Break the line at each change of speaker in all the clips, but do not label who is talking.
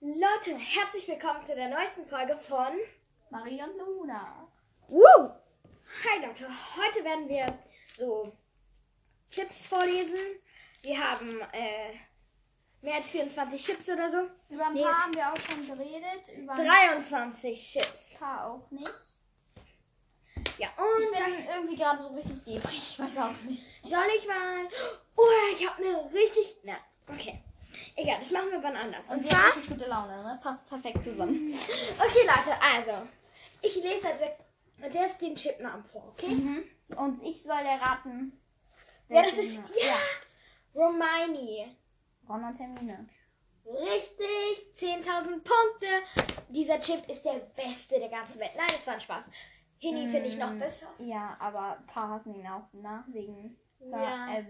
Leute, herzlich willkommen zu der neuesten Folge von
Marie und Luna.
Woo! Hi Leute, heute werden wir so Chips vorlesen. Wir haben äh, mehr als 24 Chips oder so.
Über ein
Nee.
paar haben wir auch schon geredet. Über ein
23 Chips.
paar auch nicht.
Ja,
Ich
und
bin irgendwie gerade so richtig debrig. Ich weiß auch nicht.
soll ich mal... Oder ich habe eine richtig... Na, okay. Egal, das machen wir wann anders. Und
wir haben
zwar...
richtig gute Laune, ne? Passt perfekt zusammen.
Okay Leute, also. Ich lese als als erstes den Chipnamen vor, okay?
Und ich soll erraten.
Mhm. Ja, das
welchen-
ist... Ja! Romani.
Ron und Hermine.
Richtig, 10.000 Punkte. Dieser Chip ist der beste der ganzen Welt. Nein, das war ein Spaß. Hini finde ich noch
Mm,
besser.
Ja, aber ein paar hassen ihn auch, ne? Wegen.
Ja.
Äh,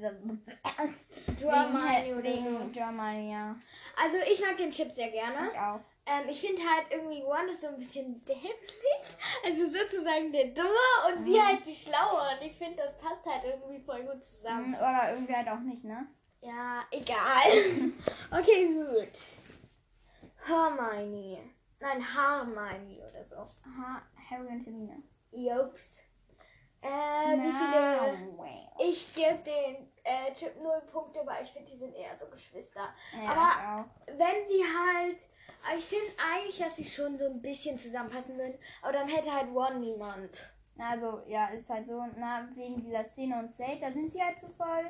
Dramani
wegen,
oder so.
wegen Germany, ja.
Also ich mag den Chip sehr gerne.
Ich auch.
Ähm, ich finde halt irgendwie One ist so ein bisschen dämlich. Also sozusagen der Dumme und sie halt die Schlaue. Und ich finde, das passt halt irgendwie voll gut zusammen.
Mhm, Oder irgendwie halt auch nicht, ne?
Ja, egal. okay, gut. Hermione. Nein, Hermione oder so.
Aha, Harry und Hermine.
Jops. Äh, wie viele... Ich gebe den äh, Chip 0 Punkte, weil ich finde, die sind eher so Geschwister.
Ja,
Aber-
aber ich auch.
Wenn sie halt. Ich finde eigentlich, dass sie schon so ein bisschen zusammenpassen würden. Aber dann hätte halt One niemand.
Also, ja, ist halt so, na, wegen dieser Szene und Slate, da sind sie halt so voll,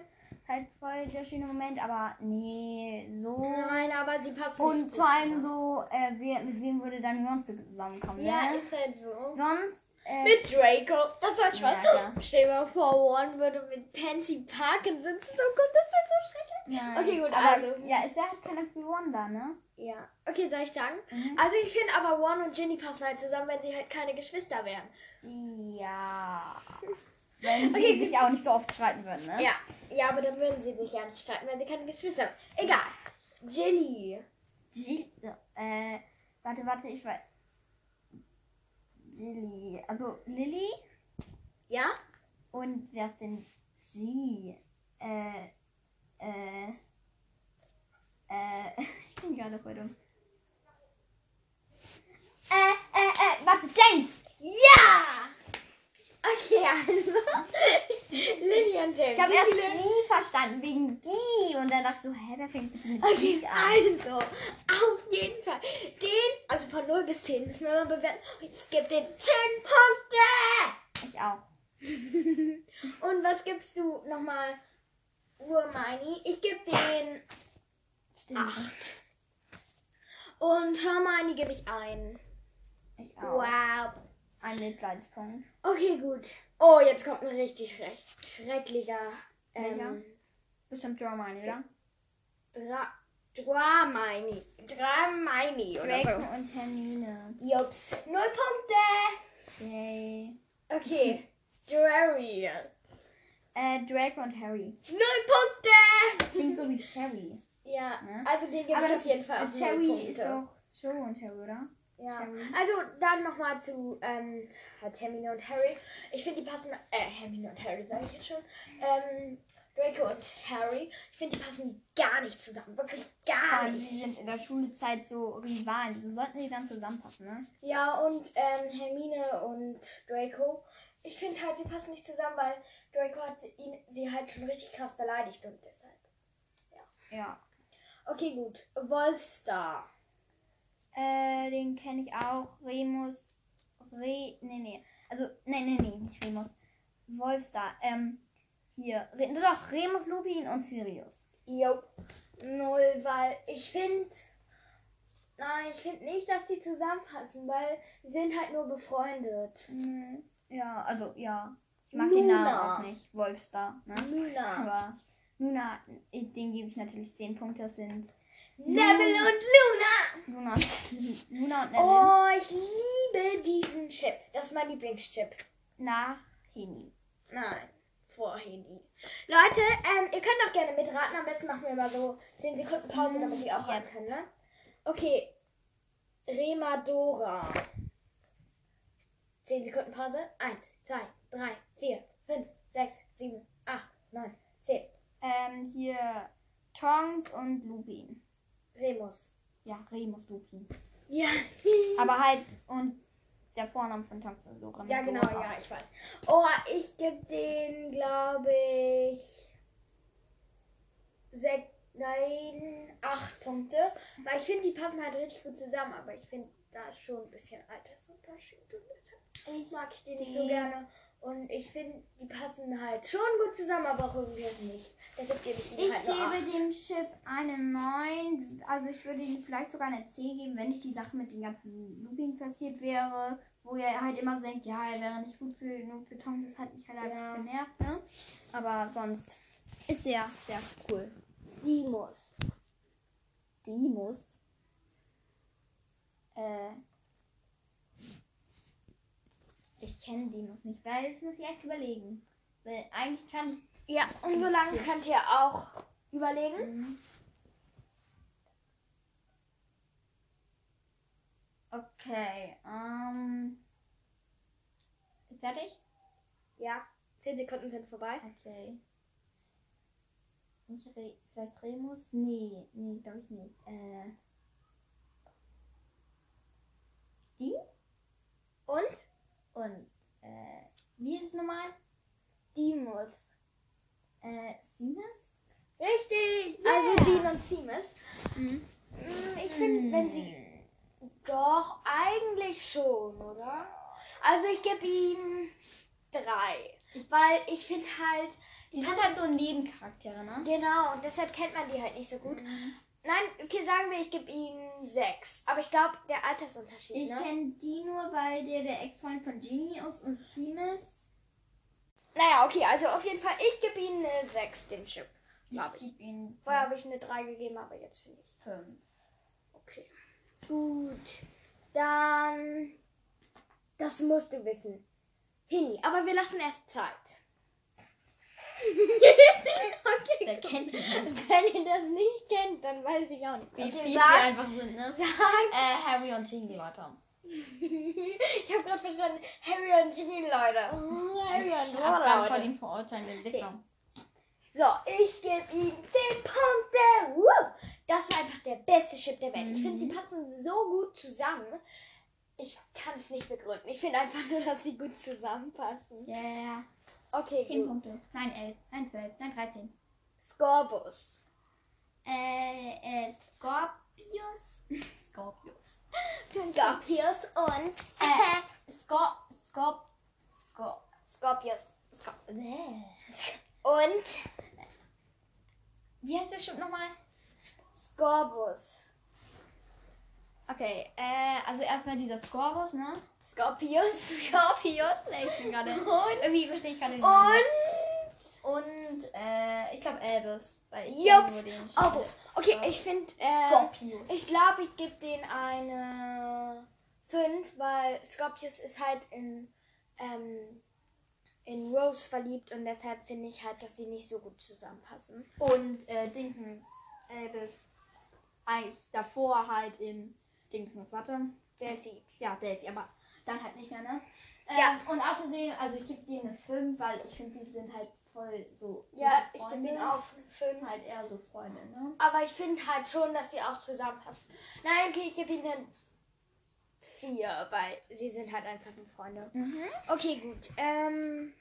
halt voll der schöne Moment, aber nee, so.
Nein, aber sie passen
Oh. und
nicht
vor
zusammen.
allem so, äh, wer, mit wem würde dann sonst zusammenkommen,
Ja,
ne?
ist halt so.
Sonst, äh,
Mit Draco. Das war Spaß.
Ja, klar.
Stell dir mal vor, One würde mit Pansy Parkinson zusammenkommen. Das wird so schrecklich.
nein.
okay, gut,
aber,
also.
Ja, es wäre halt keiner für Wanda, ne?
Ja. Okay, soll ich sagen?
Mhm.
Also ich finde aber One und Ginny passen halt zusammen, wenn sie halt keine Geschwister wären.
Ja. Wenn sie
Mhm. Okay,
sich auch nicht so oft streiten würden, ne?
Ja, ja, aber dann würden sie sich ja nicht streiten, weil sie keine Geschwister haben. Egal. Jilly.
Jill, äh, warte, warte, ich weiß. Jilly, also Lilly
Ja?
und wer ist denn G? Äh, äh, äh, ich bin gerade voll dumm. Äh, äh, äh, warte, James!
Ja! Okay, also. Lilly und James.
Ich habe
Wie
erst
viele-
G verstanden, wegen G. Und dann dachte ich so, hä, wer fängt bitte mit
Okay,
G an?
also. Auf jeden Fall. Den, also von 0 bis 10 müssen wir mal bewerten. Oh, Ich gebe den 10 Punkte!
Ich auch.
Und was gibst du nochmal? Hermione? Ich gebe den
Stimmt.
8. Und Hermione gebe ich ein.
Ich auch.
Wow.
Ein Mitleidspunkt.
Okay, gut. Oh, jetzt kommt ein richtig schreck schrecklicher ähm,
Bestimmt Romani, oder?
Dra Dramini. Dramini oder
Draco
so.
und Hermine.
Jups. Null Punkte.
Yay.
Okay. Drury.
Äh, Draco und Harry.
Null Punkte.
Klingt so wie Cherry.
Ja,
Ne?
also den gebe ich auf jeden Fall
äh,
auch null
Cherry
Punkte.
ist doch Joe und Harry, oder?
ja.
Cherry.
Also dann nochmal zu ähm, halt Hermine und Harry. Ich finde die passen, äh, Hermine und Harry sage ich jetzt schon. Ähm, Draco und Harry. Ich finde die passen gar nicht zusammen. Wirklich gar
Ah,
nicht.
die sind in der Schulzeit so Rivalen. So sollten die dann zusammenpassen, ne?
Ja, und ähm, Hermine und Draco. Ich finde halt, sie passen nicht zusammen, weil Draco hat sie, ihn, sie halt schon richtig krass beleidigt und deshalb.
Ja.
Okay, gut. Wolfstar.
Äh, den kenne ich auch. Remus. Re. Nee, nee. Also, nee, nee, nee, nicht Remus. Wolfstar. Ähm, hier. Re, doch, Remus, Lupin und Sirius.
Jo. Null, weil ich finde. Nein, ich finde nicht, dass die zusammenpassen, weil sie sind halt nur befreundet.
Mhm. Ja, also, ja. Ich mag den
Luna.
Namen auch nicht. Wolfstar, ne?
Luna.
Aber Luna, äh, den gebe ich natürlich 10 Punkte. Das sind
Neville und Luna.
Luna, Luna und Neville
Oh, ich liebe diesen Chip. Das ist mein Lieblingschip.
nach Hini.
Nein, vorhin nie. Leute, ähm, ihr könnt auch gerne mitraten. Am besten machen wir mal so 10 Sekunden Pause, damit die auch
Ja.
ran können, ne? Okay. Remadora. 10 Sekunden Pause. 1, 2, 3, 4, 5, 6, 7, 8, 9, 10.
Ähm, hier Tongs und Lupin.
Remus.
Ja, Remus Lupin.
Ja.
Aber halt, und der Vorname von Thompson Lorem.
Ja, genau, ja, ich weiß. Oh, ich gebe den, glaube ich, sechs, nein, acht Punkte. Weil ich finde, die passen halt richtig gut zusammen, aber ich finde, da ist schon ein bisschen Altersunterschied. Und deshalb
Ich
mag ich den nicht so gerne. Und ich finde, die passen halt schon gut zusammen, aber auch irgendwie halt nicht. Deshalb gebe ich ihnen
Ich
halt nur acht.
gebe dem Chip eine 9. Also ich würde ihm vielleicht sogar eine 10 geben, wenn nicht die Sache mit den ganzen Looping passiert wäre, wo er halt immer denkt, ja, er wäre nicht gut für, nur für Tom, das hat mich halt
Ja.
einfach genervt, ne? Aber sonst ist er sehr cool.
Dimus.
Demus. Äh. Ich kenne Demus nicht, weil das muss ich echt überlegen. Weil eigentlich kann ich.
Ja, und so lange könnt ihr auch überlegen.
Okay, ähm. Fertig?
Ja, zehn Sekunden sind vorbei.
Okay. Nicht Re vielleicht Remus? Nee, nee, glaube ich nicht. Äh. Die?
Und
Und, äh, wie ist es nochmal?
Dimus.
Äh, Sinas?
Richtig!
Yeah.
Also Dean und Seamus.
Mhm.
Hm, Ich finde, wenn sie. Doch, eigentlich schon, oder? Also ich gebe ihm drei. Weil ich finde halt.
Die sind halt so ein Nebencharaktere, ne? Mhm.
Genau, und deshalb kennt man die halt nicht so gut. Nein, okay, sagen wir, ich gebe ihm sechs. Aber ich glaube, der Altersunterschied,
Ich
ne?
kenne die nur, weil der der Ex-Freund von Genie ist und Simas.
Naja, okay, also auf jeden Fall, ich gebe ihm eine sechs, den Chip. Glaube ich.
geb ihm
Vorher habe ich eine drei gegeben, aber jetzt finde ich.
fünf.
Okay. Gut. Dann. Das musst du wissen. Hini, aber wir lassen erst Zeit. okay.
Der kennt sie nicht.
Wenn ihr das nicht kennt, dann weiß ich auch nicht.
Wie
Okay,
fies sie
sag,
einfach sind, ne?
sag.
Äh, Harry und Ginny, Leute.
ich habe gerade verstanden, Harry und Ginny, Leute. Harry und
Ich hab grad vor
Ron, Leute.
den verurteilenden Entwicklern.
So, ich gebe ihm 10 Punkte. Woo! Das war einfach der beste Chip der Welt. Ich finde,
Mhm.
sie passen so gut zusammen. Ich kann es nicht begründen. Ich finde einfach nur, dass sie gut zusammenpassen.
Ja, ja, ja.
Okay,
Zehn
gut.
Punkte. Nein, elf. Nein, zwölf. Nein, dreizehn.
Scorbus.
Äh, äh, Scorpius. Scorpius.
Scorpius und
Äh, Scor... Scor... Scor...
Scorpius. Scor-
Bäh.
Und
Wie heißt der Schub nochmal?
Scorbus.
Okay, äh, also erstmal dieser Scorpius, ne?
Scorpius.
Scorpius, ey, ich bin gerade.
Und-
Irgendwie verstehe ich gerade den Namen.
Und
Und, äh, ich glaube Elvis. Weil ich
Jups,
kenne nur den Schub.
Orbus. Okay, ich finde. Äh,
Oh, Scorpius.
Ich glaube, ich gebe den eine 5, weil Scorpius ist halt in, ähm, in Rose verliebt und deshalb finde ich halt, dass sie nicht so gut zusammenpassen.
Und äh, Dingsens Elvis eigentlich davor halt in Dingsens, warte.
Delphi.
Ja, Delphi, aber dann halt nicht mehr, ne? Ähm,
Ja.
Und außerdem, also ich gebe denen eine 5, weil ich finde, sie sind halt voll so.
Ja,
gute
ich gebe
Freunde.
den auch 5.
Halt eher so Freunde, ne?
Aber ich finde halt schon, dass sie auch zusammenpassen. Nein, okay, ich gebe ihnen 4, weil sie sind halt einfach nur Freunde.
Mhm.
Okay, gut. Ähm,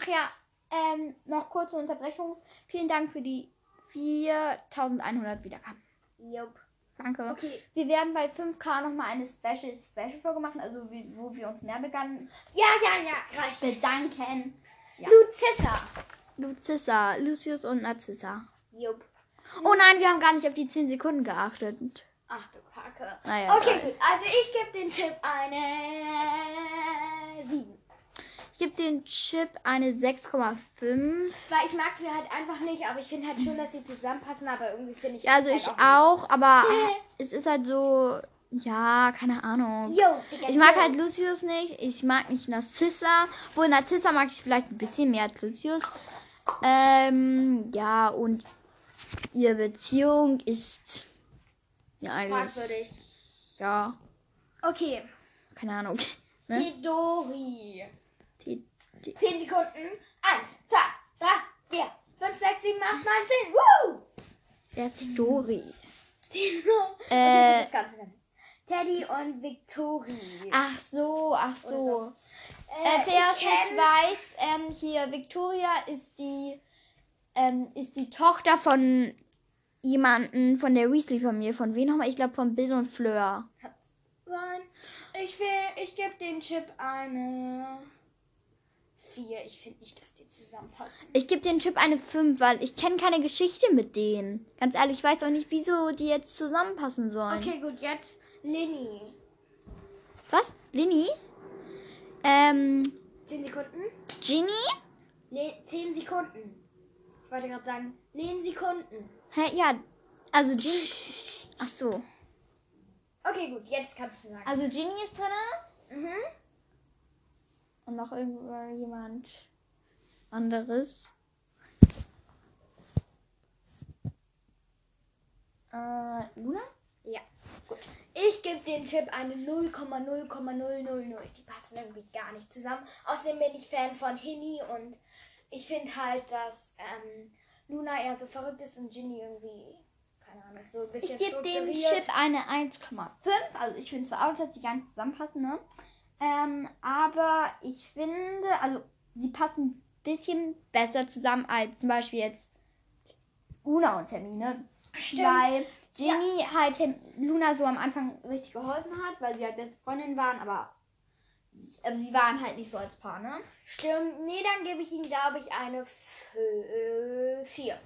Ach ja, ähm, noch kurze Unterbrechung. Vielen Dank für die 4100 Wiedergaben.
jupp.
Danke.
Okay.
Wir werden bei 5K nochmal eine Special Special Folge machen, also wie, wo wir uns mehr begann,
Ja, ja, ja, reicht.
bedanken. Ja.
Luzissa.
Luzissa, Lucius und Narzissa.
Jupp.
Oh nein, wir haben gar nicht auf die 10 Sekunden geachtet.
Ach du Kacke.
Naja,
okay,
egal.
gut. Also ich gebe den Chip eine 7.
Ich gebe den Chip eine 6,5.
Weil ich mag sie halt einfach nicht, aber ich finde halt schon, dass sie zusammenpassen, aber irgendwie finde ich.
Also
halt
ich
auch
auch, aber es ist halt so, ja, keine Ahnung.
nicht. Yo, Digga,
Ich mag
yo.
halt Lucius nicht, ich mag nicht Narcissa. Wohl Narcissa mag ich vielleicht ein bisschen mehr als Lucius. Ähm, ja, und ihre Beziehung ist ja eigentlich.
Fragwürdig.
Ja,
Okay.
keine Ahnung. Ne?
Theodori.
Die,
10 Sekunden. 1, 2, 3, 4, 5, 6, 7, 8, 9, 10. Woo!
wer ist die Dori?
Theodor- klar, das
Äh,
ist klar. Teddy und Victoria.
Ach so, ach so.
so.
Ah, Äh, wer es
ich kenn-
nicht weiß, ähm, hier, Victoria ist die, ähm, ist die Tochter von jemanden von der Weasley-Familie. Von wem nochmal? Ich glaube von Bill und Fleur.
sein. Ich will, ich gebe dem Chip eine 4. Ich finde nicht, dass die zusammenpassen.
Ich gebe den Chip eine 5, weil ich kenne keine Geschichte mit denen. Ganz ehrlich, ich weiß auch nicht, wieso die jetzt zusammenpassen sollen.
Okay, gut, jetzt Lini.
Was? Lini? Ähm,
10 Sekunden.
Ginny?
Le 10 Sekunden. Ich wollte gerade sagen, Lehn Sekunden.
Hä? Ja, also Ginny. Ach so.
Okay, gut, jetzt kannst du sagen.
Also Ginny ist drinne.
Mhm.
Und noch irgendjemand anderes. Äh, Luna?
Ja, gut. Ich gebe den Chip eine 0,0,000. Die passen irgendwie gar nicht zusammen. Außerdem bin ich Fan von Hinny und ich finde halt, dass ähm, Luna eher so verrückt ist und Ginny irgendwie, keine Ahnung, so ein bisschen
Ich gebe dem
strukturiert.
Chip eine 1,5. Also ich finde zwar auch, dass die gar nicht zusammenpassen, ne? Ähm, aber ich finde, also sie passen ein bisschen besser zusammen als zum Beispiel jetzt Luna und Hermine.
Stimmt.
Weil Ginny halt Herm- Luna so am Anfang richtig geholfen hat, weil sie halt beste Freundin waren, aber also sie waren halt nicht so als Paar, ne?
Stimmt. Nee, dann gebe ich ihm, glaube ich, eine 4.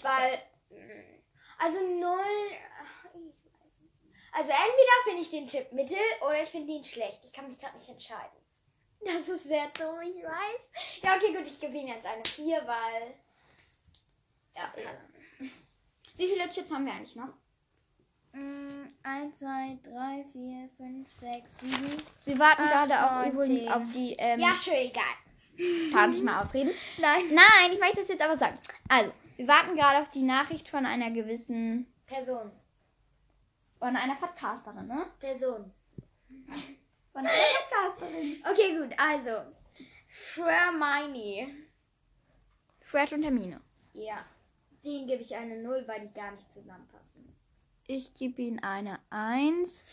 Weil, mm, also 0. Ich weiß nicht. Also entweder finde ich den Chip mittel oder ich finde ihn schlecht. Ich kann mich gerade nicht entscheiden. Das ist sehr dumm, ich weiß. Ja, okay, gut, ich gebe ihm jetzt eine 4, weil. Ja, keine Ahnung.
Wie viele Chips haben wir eigentlich noch?
1, 2, 3, 4, 5, 6, 7.
Wir warten
Acht,
gerade auch
neun,
übrigens
zehn.
auf die ähm,
Ja, schön, egal.
kann ich mal ausreden.
Nein.
Nein, ich möchte das jetzt aber sagen. Also, wir warten gerade auf die Nachricht von einer gewissen,
Person.
von einer Podcasterin, ne?
Person.
Von einer Podcasterin.
Okay, gut, also. Hermione.
Fred und Hermine.
Ja. Den gebe ich eine 0, weil die gar nicht zusammenpassen.
Ich gebe ihnen eine 1,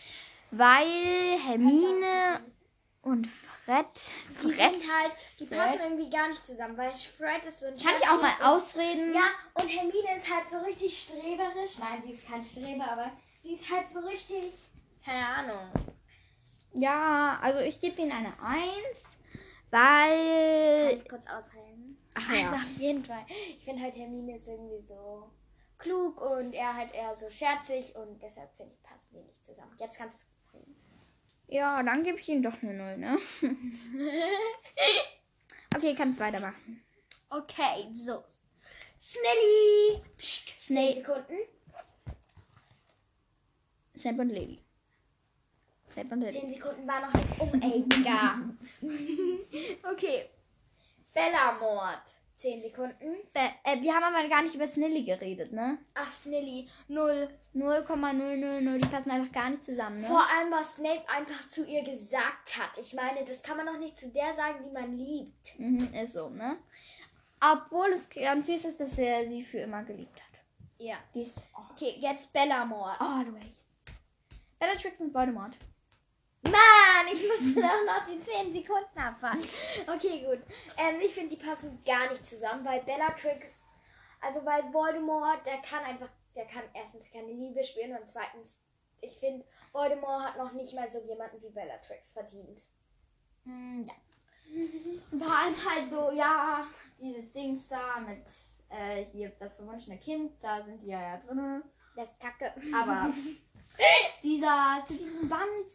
weil Hermine und Fred.
Die
Fred?
sind halt, die
Fred?
passen irgendwie gar nicht zusammen, weil Fred ist so ein
Kann ich
Schatzi
auch mal
und-
ausreden?
Ja, und Hermine ist halt so richtig streberisch. Nein, sie ist kein Streber, aber sie ist halt so richtig. Keine Ahnung.
Ja, also ich gebe ihnen eine 1, weil.
ich kurz aushalten?
Äh, Ach
Also auf jeden Fall. Ich finde halt Hermine ist irgendwie so klug und er halt eher so scherzig und deshalb finde ich, passen die nicht zusammen. Jetzt kannst du.
Ja, dann gebe ich ihnen doch eine 0, ne? okay, kannst weitermachen.
Okay, so. Snelly! Psst,
Snell-
10 Sekunden.
Snape und Lily. Snape und Lily.
10 Sekunden war noch nicht um, ey, Digga. okay. Bellamord. 10 Sekunden.
Äh, äh, wir haben aber gar nicht über Snilly geredet, ne?
Ach, Snilly. Null.
0,000, die passen einfach gar nicht zusammen, ne?
Vor allem, was Snape einfach zu ihr gesagt hat. Ich meine, das kann man doch nicht zu der sagen, die man liebt.
Mhm, ist so, ne? Obwohl es ganz süß ist, dass er sie für immer geliebt hat.
Ja.
Die ist
Okay, jetzt Bellamord.
all the way. Bellatrix und Voldemort.
Mann, ich musste doch noch die 10 Sekunden abwarten. Okay, gut. Ähm, ich finde, die passen gar nicht zusammen, weil Bellatrix, also bei Voldemort, der kann einfach, der kann erstens keine Liebe spielen und zweitens, ich finde, Voldemort hat noch nicht mal so jemanden wie Bellatrix verdient.
Mhm, ja. Vor allem halt so, ja, dieses Dings da mit äh, hier das verwunschene Kind, da sind die ja, ja drin.
Das ist kacke.
Aber dieser, zu diesem Band,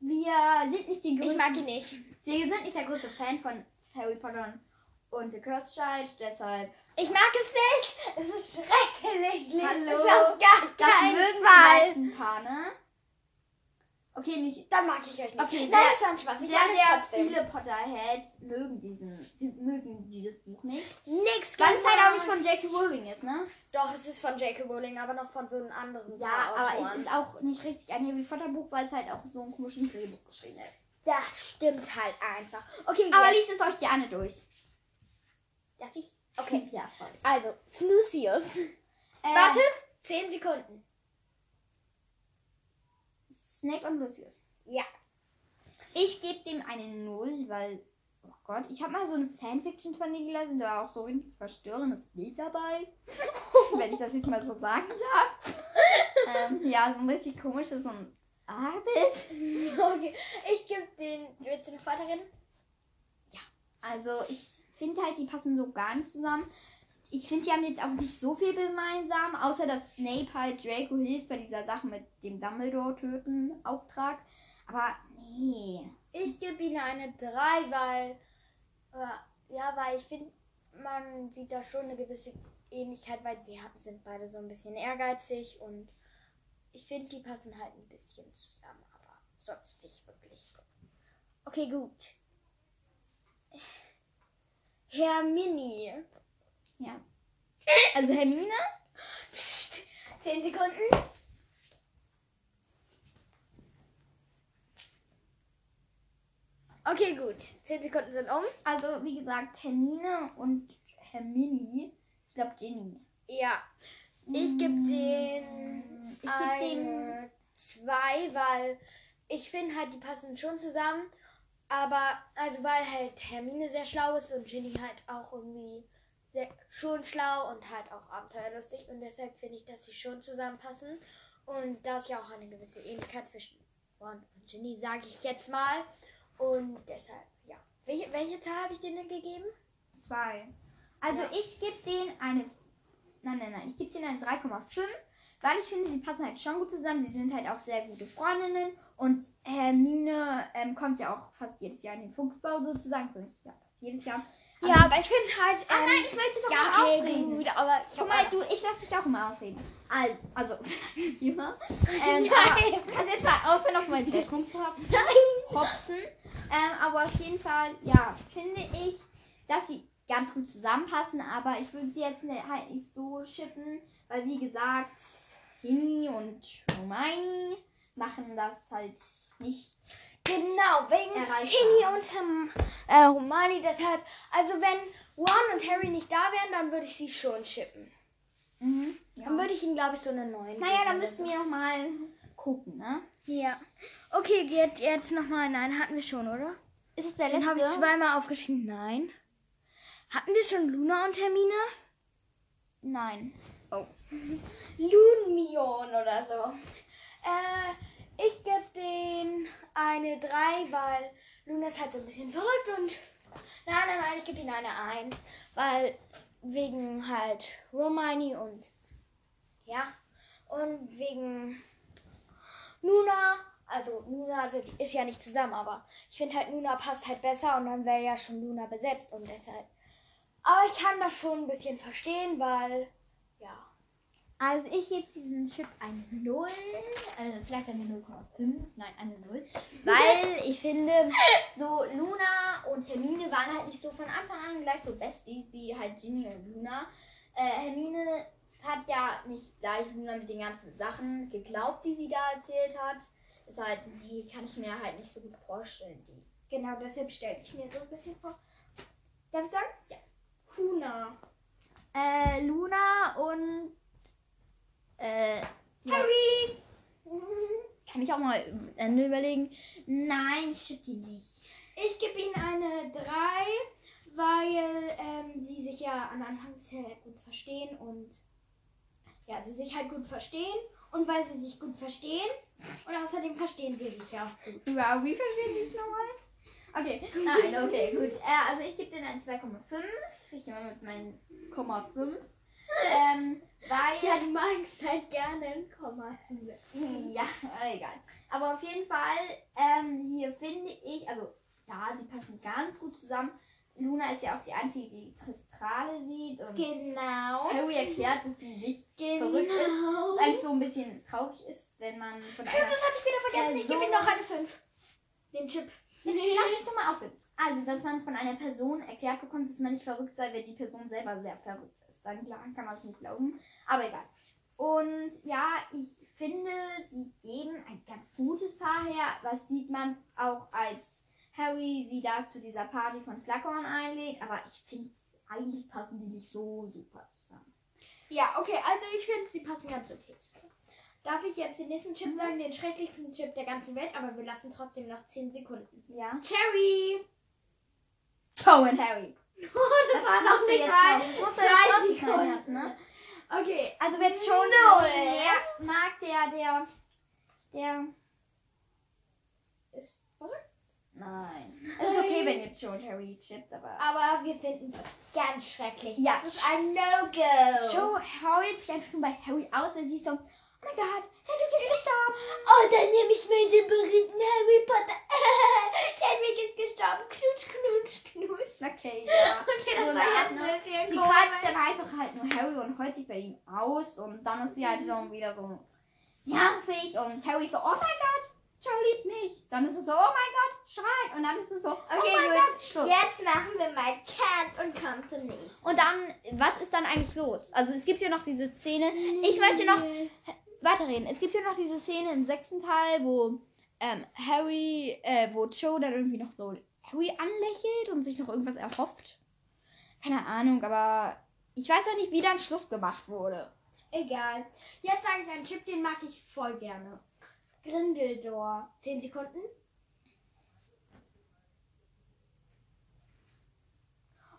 wir sind nicht die größten.
nicht.
Wir sind nicht der große Fan von Harry Potter und The Cursed Child, deshalb.
Ich mag es nicht. Es ist schrecklich. Lest
Hallo.
es auf gar
Das
keinen
mögen wir
Fall.
als ein paar, ne? Okay, nicht.
Dann mag ich euch nicht.
Okay,
Nein,
sehr-
das war ein Spaß. Ich
Sehr,
mag es
sehr
trotzdem.
viele Potterheads mögen diesen, die mögen dieses Buch nicht.
Nix.
Weil es halt auch nicht
gemacht.
von J.K. Rowling ist, ne?
Doch, es ist von J.K. Rowling, aber noch von so einem anderen.
Ja, aber es
Autoren.
ist auch nicht richtig ein Harry Potter Buch, weil es halt auch so ein komisches Drehbuch geschrieben ist.
Das stimmt halt einfach. Okay,
Aber
jetzt-
liest es euch gerne durch.
darf ich? Okay.
Ja, voll.
Also, Snusius.
Ähm,
Wartet, 10 Sekunden.
Snape und Lucius.
Ja.
Ich gebe dem eine Null, weil, oh Gott, ich habe mal so eine Fanfiction von ihr gelesen, da war auch so ein verstörendes Bild dabei. wenn ich das jetzt mal so sagen darf. ähm, ja, so ein richtig komisches, so ein Abbild.
Okay, ich gebe den Willst du den Vaterin.
Also ich finde halt, die passen so gar nicht zusammen. Ich finde, die haben jetzt auch nicht so viel gemeinsam, außer dass Snape halt Draco hilft bei dieser Sache mit dem Dumbledore-Töten-Auftrag. Aber nee.
Ich gebe ihnen eine 3, weil äh, ja, weil ich finde, man sieht da schon eine gewisse Ähnlichkeit, weil sie ha- sind beide so ein bisschen ehrgeizig und ich finde, die passen halt ein bisschen zusammen, aber sonst nicht wirklich. Okay, gut. Hermini.
Ja. Also Hermine?
Psst. Zehn Sekunden. Okay, gut. Zehn Sekunden sind um.
Also wie gesagt, Hermine und Hermini. Ich glaube Ginny.
Ja. Ich gebe den.
Ich gebe dem.
eine Zwei, weil ich finde halt, die passen schon zusammen. Aber, also, weil halt Hermine sehr schlau ist und Ginny halt auch irgendwie sehr, schon schlau und halt auch abenteuerlustig. Und deshalb finde ich, dass sie schon zusammenpassen. Und da ist ja auch eine gewisse Ähnlichkeit zwischen Ron und Ginny, sage ich jetzt mal. Und deshalb, ja. Welche, welche Zahl habe ich denen gegeben?
Zwei. Also
Ja.
ich gebe denen eine. Nein, nein, nein. Ich gebe denen eine 3,5, weil ich finde, sie passen halt schon gut zusammen. Sie sind halt auch sehr gute Freundinnen. Und Hermine ähm, kommt ja auch fast jedes Jahr in den Fuchsbau sozusagen. So nicht ja, fast jedes Jahr.
Ja, aber ich finde halt.
Ah nein, ich wollte doch mal ausreden.
aber ich
Guck mal, du, ich lasse dich auch immer ausreden. Also, also nicht immer. Ähm,
Nein.
aber kannst jetzt mal aufhören, nochmal einen Weltpunkt zu haben. Nein. Hopsen. Ähm, aber auf jeden Fall, ja, finde ich, dass sie ganz gut zusammenpassen, aber ich würde sie jetzt ne- halt nicht so schippen, weil wie gesagt, Ginny und Hermione machen das halt nicht.
Genau, wegen
Erreichbar.
Inni und ähm, äh, Romani. Deshalb, also wenn Ron und Harry nicht da wären, dann würde ich sie schon chippen.
Mhm. Ja.
Dann würde ich ihnen, glaube ich, so eine 9
Naja, dann müssten wir nochmal gucken, ne?
Ja. Okay, geht jetzt nochmal. Nein, hatten wir schon, oder?
Ist es der letzte?
Den habe ich zweimal aufgeschrieben. Nein. Hatten wir schon Luna und Hermine?
Nein.
Lunion oder so. Äh, ich gebe den eine 3, weil Luna ist halt so ein bisschen verrückt und. Nein, nein, nein, ich gebe ihnen eine 1, weil wegen halt Romani und. Ja. Und wegen Luna. Also Luna sind- ist ja nicht zusammen, aber ich finde halt Luna passt halt besser und dann wäre ja schon Luna besetzt und deshalb. Aber ich kann das schon ein bisschen verstehen, weil. Ja.
Also ich gebe diesem Chip eine 0, also vielleicht eine 0,5, nein, eine 0. Weil ich finde, so Luna und Hermine waren halt nicht so von Anfang an gleich so Besties wie halt Ginny und Luna. Äh, Hermine hat ja nicht gleich Luna mit den ganzen Sachen geglaubt, die sie da erzählt hat. Ist halt, nee, kann ich mir halt nicht so gut vorstellen, die.
Genau, deshalb stelle ich mir so ein bisschen vor.
Darf ich sagen? Ja.
Huna.
Äh, Luna und äh, Harry.
Mhm.
Kann ich auch mal am Ende überlegen? Nein, ich schipp die nicht.
Ich gebe ihnen eine 3, weil ähm, sie sich ja am Anfang sehr gut verstehen und ja, sie sich halt gut verstehen und weil sie sich gut verstehen und außerdem verstehen sie sich ja auch gut.
Wow, wie verstehen Sie es nochmal? Okay, nein, okay, gut. Äh, also ich gebe denen ein 2,5. Ich immer mit meinen 0,5. Ähm, weil...
du magst halt gerne ein Komma
Ja, egal. Aber auf jeden Fall, ähm, hier finde ich, also ja, sie passen ganz gut zusammen. Luna ist ja auch die einzige, die Tristrale sieht und
Genau.
Harry erklärt, dass sie nicht
Genau.
verrückt ist. Was eigentlich so ein bisschen traurig ist, wenn man von
Stimmt,
einer...
das hatte ich wieder vergessen.
Ja,
ich gebe
so.
ihnen noch eine 5. Den Chip.
Lass mich doch mal aufhören. Also, dass man von einer Person erklärt bekommt, dass man nicht verrückt sei, wenn die Person selber sehr verrückt ist. Dann klar, kann man es nicht glauben. Aber egal. Und ja, ich finde, sie geben ein ganz gutes Paar her. Das sieht man auch, als Harry sie da zu dieser Party von Slughorn einlädt. Aber ich finde, eigentlich passen die nicht so super zusammen.
Ja, okay, also ich finde, sie passen ganz okay zusammen. Darf ich jetzt den nächsten
Mhm.
Chip sagen? Den schrecklichsten Chip der ganzen Welt, aber wir lassen trotzdem noch 10 Sekunden.
Ja.
Cherry!
Joe und Harry.
Oh, das,
Das
war
musst
noch
du
nicht
jetzt
mal.
raus. Das musst du
Zwei
jetzt rausschneiden
Sekunden.
lassen, ne?
Okay.
Also wer jetzt schon
Null.
ja, mag, der, der, der.
Ist,
Nein. Es ist okay, wenn jetzt schon Harry chips, aber.
aber wir finden das ganz schrecklich.
Ja.
Das ist ein No-Go.
Joe heult sich einfach nur bei Harry aus, weil sie ist so, oh mein Gott, Cedric ist gestorben.
Oh, dann nehme ich mir den berühmten Harry Potter. Chadwick ist gestorben. Knutsch, knutsch, knutsch.
Okay, ja.
Okay, das
Also, na,
war jetzt
ne?
ein bisschen
Sie quatscht dann einfach halt nur Harry und heult sich bei ihm aus und dann ist sie halt schon wieder so nervig und Harry so, oh mein Gott, Joe liebt mich. Dann ist es so, oh mein Gott, schreit. Und dann ist es so, okay, oh mein
gut.
Gott, Schluss.
Jetzt machen wir mal Cat und kommen zum nächsten.
Und dann, was ist dann eigentlich los? Also es gibt ja noch diese Szene,
Hm.
ich möchte noch weiterreden. Es gibt ja noch diese Szene im sechsten Teil, wo ähm, Harry, äh, wo Joe dann irgendwie noch so Harry anlächelt und sich noch irgendwas erhofft. Keine Ahnung, aber ich weiß auch nicht, wie dann Schluss gemacht wurde.
Egal. Jetzt sage ich einen Chip, den mag ich voll gerne. Grindeldor. 10 Sekunden.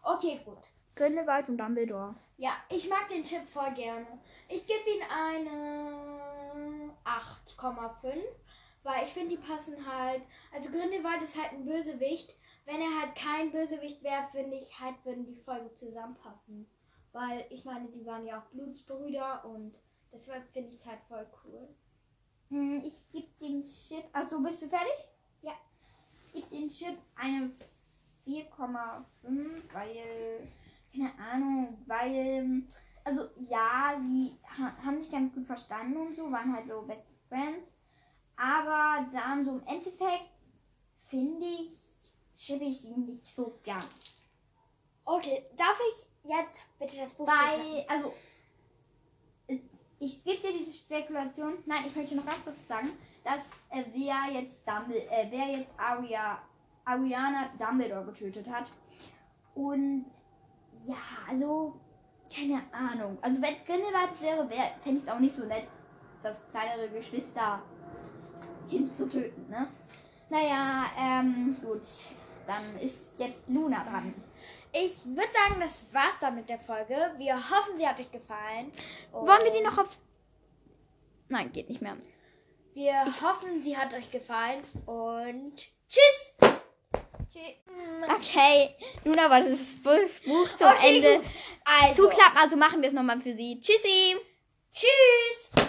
Okay, gut.
Grindelwald und Dumbledore.
Ja, ich mag den Chip voll gerne. Ich gebe ihm eine 8,5, weil ich finde, die passen halt. Also Grindelwald ist halt ein Bösewicht. Wenn er halt kein Bösewicht wäre, finde ich halt, würden die voll gut zusammenpassen. Weil ich meine, die waren ja auch Blutsbrüder und deshalb finde ich es halt voll cool. Hm,
Ich gebe dem Chip. Achso, bist du fertig?
Ja.
Ich gebe dem Chip eine 4,5, weil. Keine Ahnung, weil. Also, ja, sie ha haben sich ganz gut verstanden und so, waren halt so Best Friends. Aber dann so im Endeffekt finde ich, chippe ich sie nicht so gern.
Okay, darf ich jetzt bitte das Buch
Weil, also, es, ich gibt ja diese Spekulation, nein, ich möchte noch ganz kurz sagen, dass äh, wer jetzt, Dumble, äh, wer jetzt Aria, Ariana Dumbledore getötet hat. Und ja, also, keine Ahnung. Also, wenn es Grindelwald wäre, wär, fände ich es auch nicht so nett, das kleinere Geschwisterkind zu töten, ne? Naja, ähm, gut. Dann ist jetzt Luna dran.
Ich würde sagen, das war's dann mit der Folge. Wir hoffen, sie hat euch gefallen.
Wollen wir die noch auf. Nein, geht nicht mehr.
Wir hoffen, sie hat euch gefallen und tschüss. Tschüss.
Okay, Luna war das Buch zu
Okay,
Ende
gut. Also,
Ah, zuklappen, also machen wir es nochmal für sie. Tschüssi!
tschüss.